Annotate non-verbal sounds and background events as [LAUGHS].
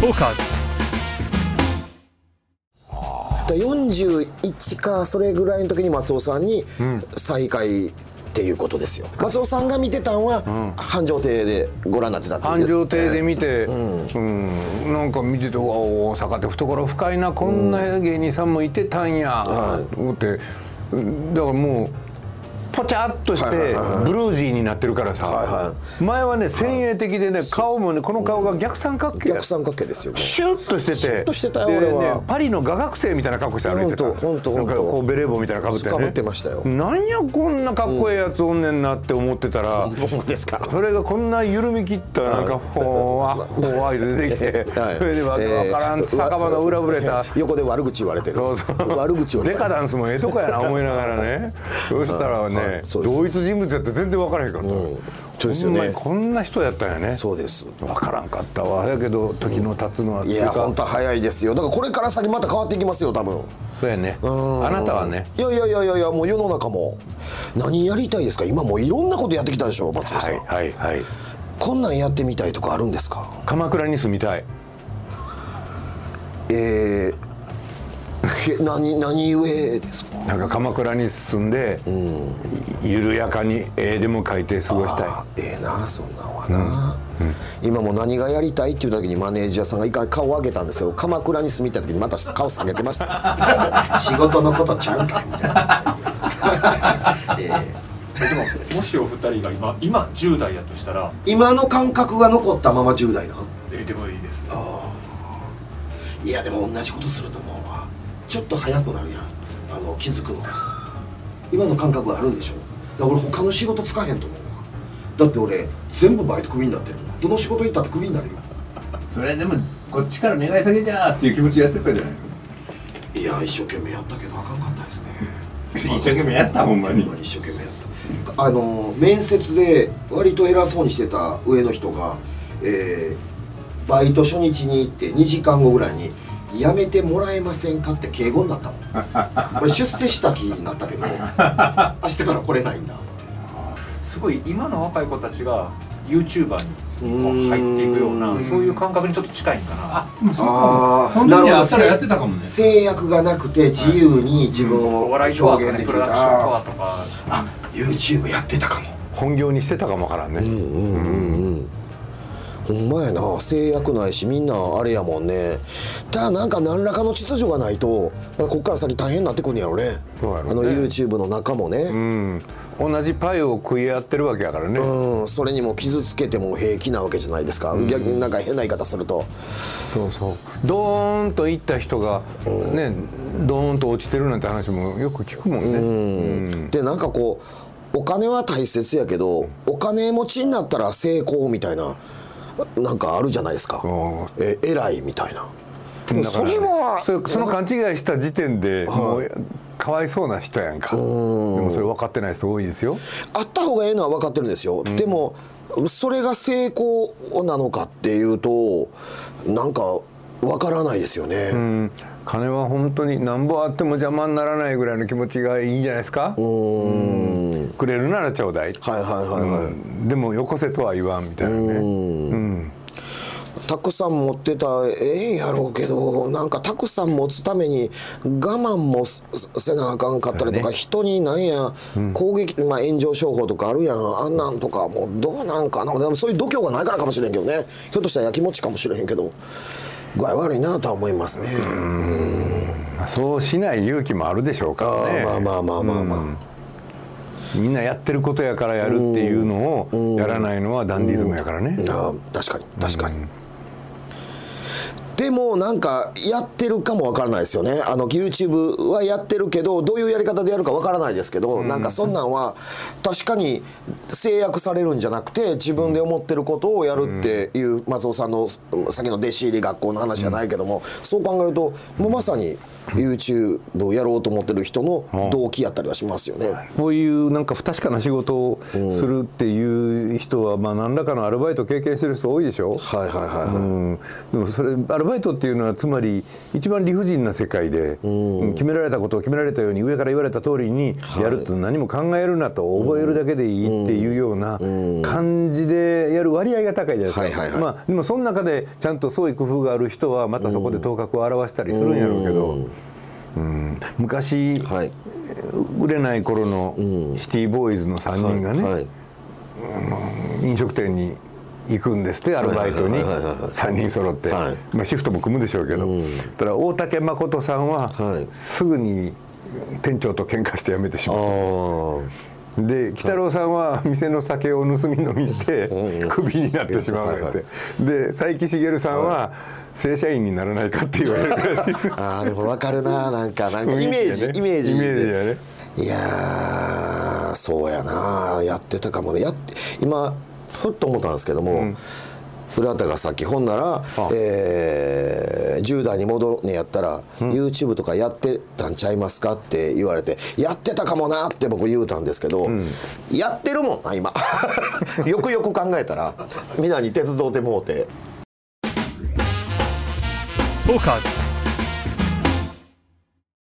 トーカーズ41かそれぐらいの時に松尾さんに再会っていうことですよ、松尾さんが見てたんは繁盛亭でご覧になってたっていう繁盛亭で見て、うんなんか見ててうわ大阪って懐深いなこんな芸人さんもいてたんや、と思ってうんだからもうポチャっとしてブルージーになってるからさ、は前はね先鋭的でね、顔もねこの顔が逆三角形だ逆三角形ですよねシュッとしててシュッとしてたよで俺はパリの画学生みたいな格好して歩いてたほんとほんとほんとなんかこうベレー帽みたいなかぶってね被ってましたよなんやこんなかっこええやつおんねんなって思ってたら、僕ですからそれがこんな緩み切ったなんかほ [LAUGHS] わほわ出てきてはいそれでわけわからんえー酒場の裏ぶれた横で悪口言われてるそうそう悪口を言デわれカてるダンスもええとこやな思いながらね [LAUGHS] そしたらはいはねいそうです同一人物やって全然わからへんかった、そうですよほんまにねこんな人やったんやねそうですわからんかったわだけど時の経つのはっていいうやか本当は早いですよだからこれから先また変わっていきますよ多分そうやねあなたはねいやいやいやいやいやもう世の中も何やりたいですか今もういろんなことやってきたでしょ松尾はさん、いはいはいこんなんやってみたいとかあるんですか鎌倉に住みたいえー、け何何故ですかなんか鎌倉に住んで、緩やかに絵でも描いて過ごしたいあーええなそんなんはな、今も何がやりたいっていう時にマネージャーさんが一回顔を上げたんですよ鎌倉に住みたい時にまた顔下げてました [LAUGHS] 仕事のことちゃうかみたいな、えーでももしお二人が今今10代だとしたら今の感覚が残ったまま10代なのえでもいいですねいやでも同じことすると思うわちょっと早くなるやんあの気づくの今の感覚があるんでしょだから俺他の仕事つかへんと思うわだって俺全部バイトクビになってるもんどの仕事行ったってクビになるよそれでもこっちから願い下げじゃーっていう気持ちでやってたじゃないいや一生懸命やったけどあかんかったですね一生懸命やったほんまにほんま一生懸命やったあの面接で割と偉そうにしてた上の人が、えーバイト初日に行って2時間後ぐらいに「辞めてもらえませんか?」って敬語になった [LAUGHS] もん俺出世した気になったけど明日から来れないんだすごい今の若い子たちが YouTuber にこう入っていくようなそういう感覚にちょっと近いんかなあそんなにあったらやってたかもね制約がなくて自由に自分をお表笑いとはとか現でねきプるロダクションとはあとかーあ YouTube やってたかも本業にしてたかもわからんね、うんうんうんうんほんまやな制約ないしみんなあれやもんねただなんか何らかの秩序がないとまあこっから先大変になってくるんやろねそうやろねあの YouTube の中もね、うん、同じパイを食い合ってるわけやからね、うん、それにも傷つけても平気なわけじゃないですか、逆になんか変な言い方するとそうそうドーンと行った人がねドーンと落ちてるなんて話もよく聞くもんね、でなんかこうお金は大切やけどお金持ちになったら成功みたいななんかあるじゃないですかうんえ偉いみたいなだからそれはそその勘違いした時点でもうかわいそうな人やんかでもそれ分かってない人多いですよあった方がええのは分かってるんですよ、でもそれが成功なのかっていうとなんか分からないですよね、うん金は本当になんぼあっても邪魔にならないぐらいの気持ちがいいんじゃないですかうんくれるならちょうだい、はいはいはいはい、うんでもよこせとは言わんみたいなねたくさん持ってたらええんやろうけどなんかたくさん持つために我慢もすすせなあかんかったりとか、人になんや攻撃、まあ、炎上商法とかあるやんあんなんとかもうどうなんかなでもそういう度胸がないからかもしれんけどねひょっとしたらやきもちかもしれへんけど具合悪いなとは思いますねそうしない勇気もあるでしょうあからねーまあまあまあまあまあ、みんなやってることやからやるっていうのをやらないのはダンディズムやからねあー確かに確かに、でもなんかやってるかもわからないですよねあの YouTube はやってるけどどういうやり方でやるかわからないですけど、なんかそんなんは確かに制約されるんじゃなくて自分で思ってることをやるっていう松尾さんのさっきの弟子入り学校の話じゃないけども、そう考えるともうまさに YouTube をやろうと思ってる人の動機やったりはしますよね。こういうなんか不確かな仕事をするっていう人はまあ何らかのアルバイト経験してる人多いでしょはいはいはいはい、うん、でもそれアルババイトっていうのはつまり一番理不尽な世界で、決められたことを決められたように上から言われた通りにやると何も考えるなと覚えるだけでいいっていうような感じでやる割合が高いじゃないですか、はいはいはいまあ、でもその中でちゃんと創意工夫がある人はまたそこで頭角を現したりするんやろうけど、うん昔、はい売れない頃のシティボーイズの3人がね、はい飲食店に行くんですってアルバイトにはいはいはいはいはい3人揃って、はいまあ、シフトも組むでしょうけど、ただ大竹誠さんははいすぐに店長と喧嘩して辞めてしあまう。ーで鬼太郎さんは店の酒を盗み飲みしてクビになってしまうなんてで佐伯茂さんは正社員にならないかって言われるらしいあーでも分かるななんかなんかイメージ、雰囲気イでねメージイメージやねいやーそうやなやってたかもねやって今ふっと思ったんですけども、浦田がさっきほんなら、えー10代に戻るんやったら、YouTube とかやってたんちゃいますかって言われてやってたかもなって僕言うたんですけど、やってるもんな今 [LAUGHS] よくよく考えたら皆に鉄道でもうて。 Bookers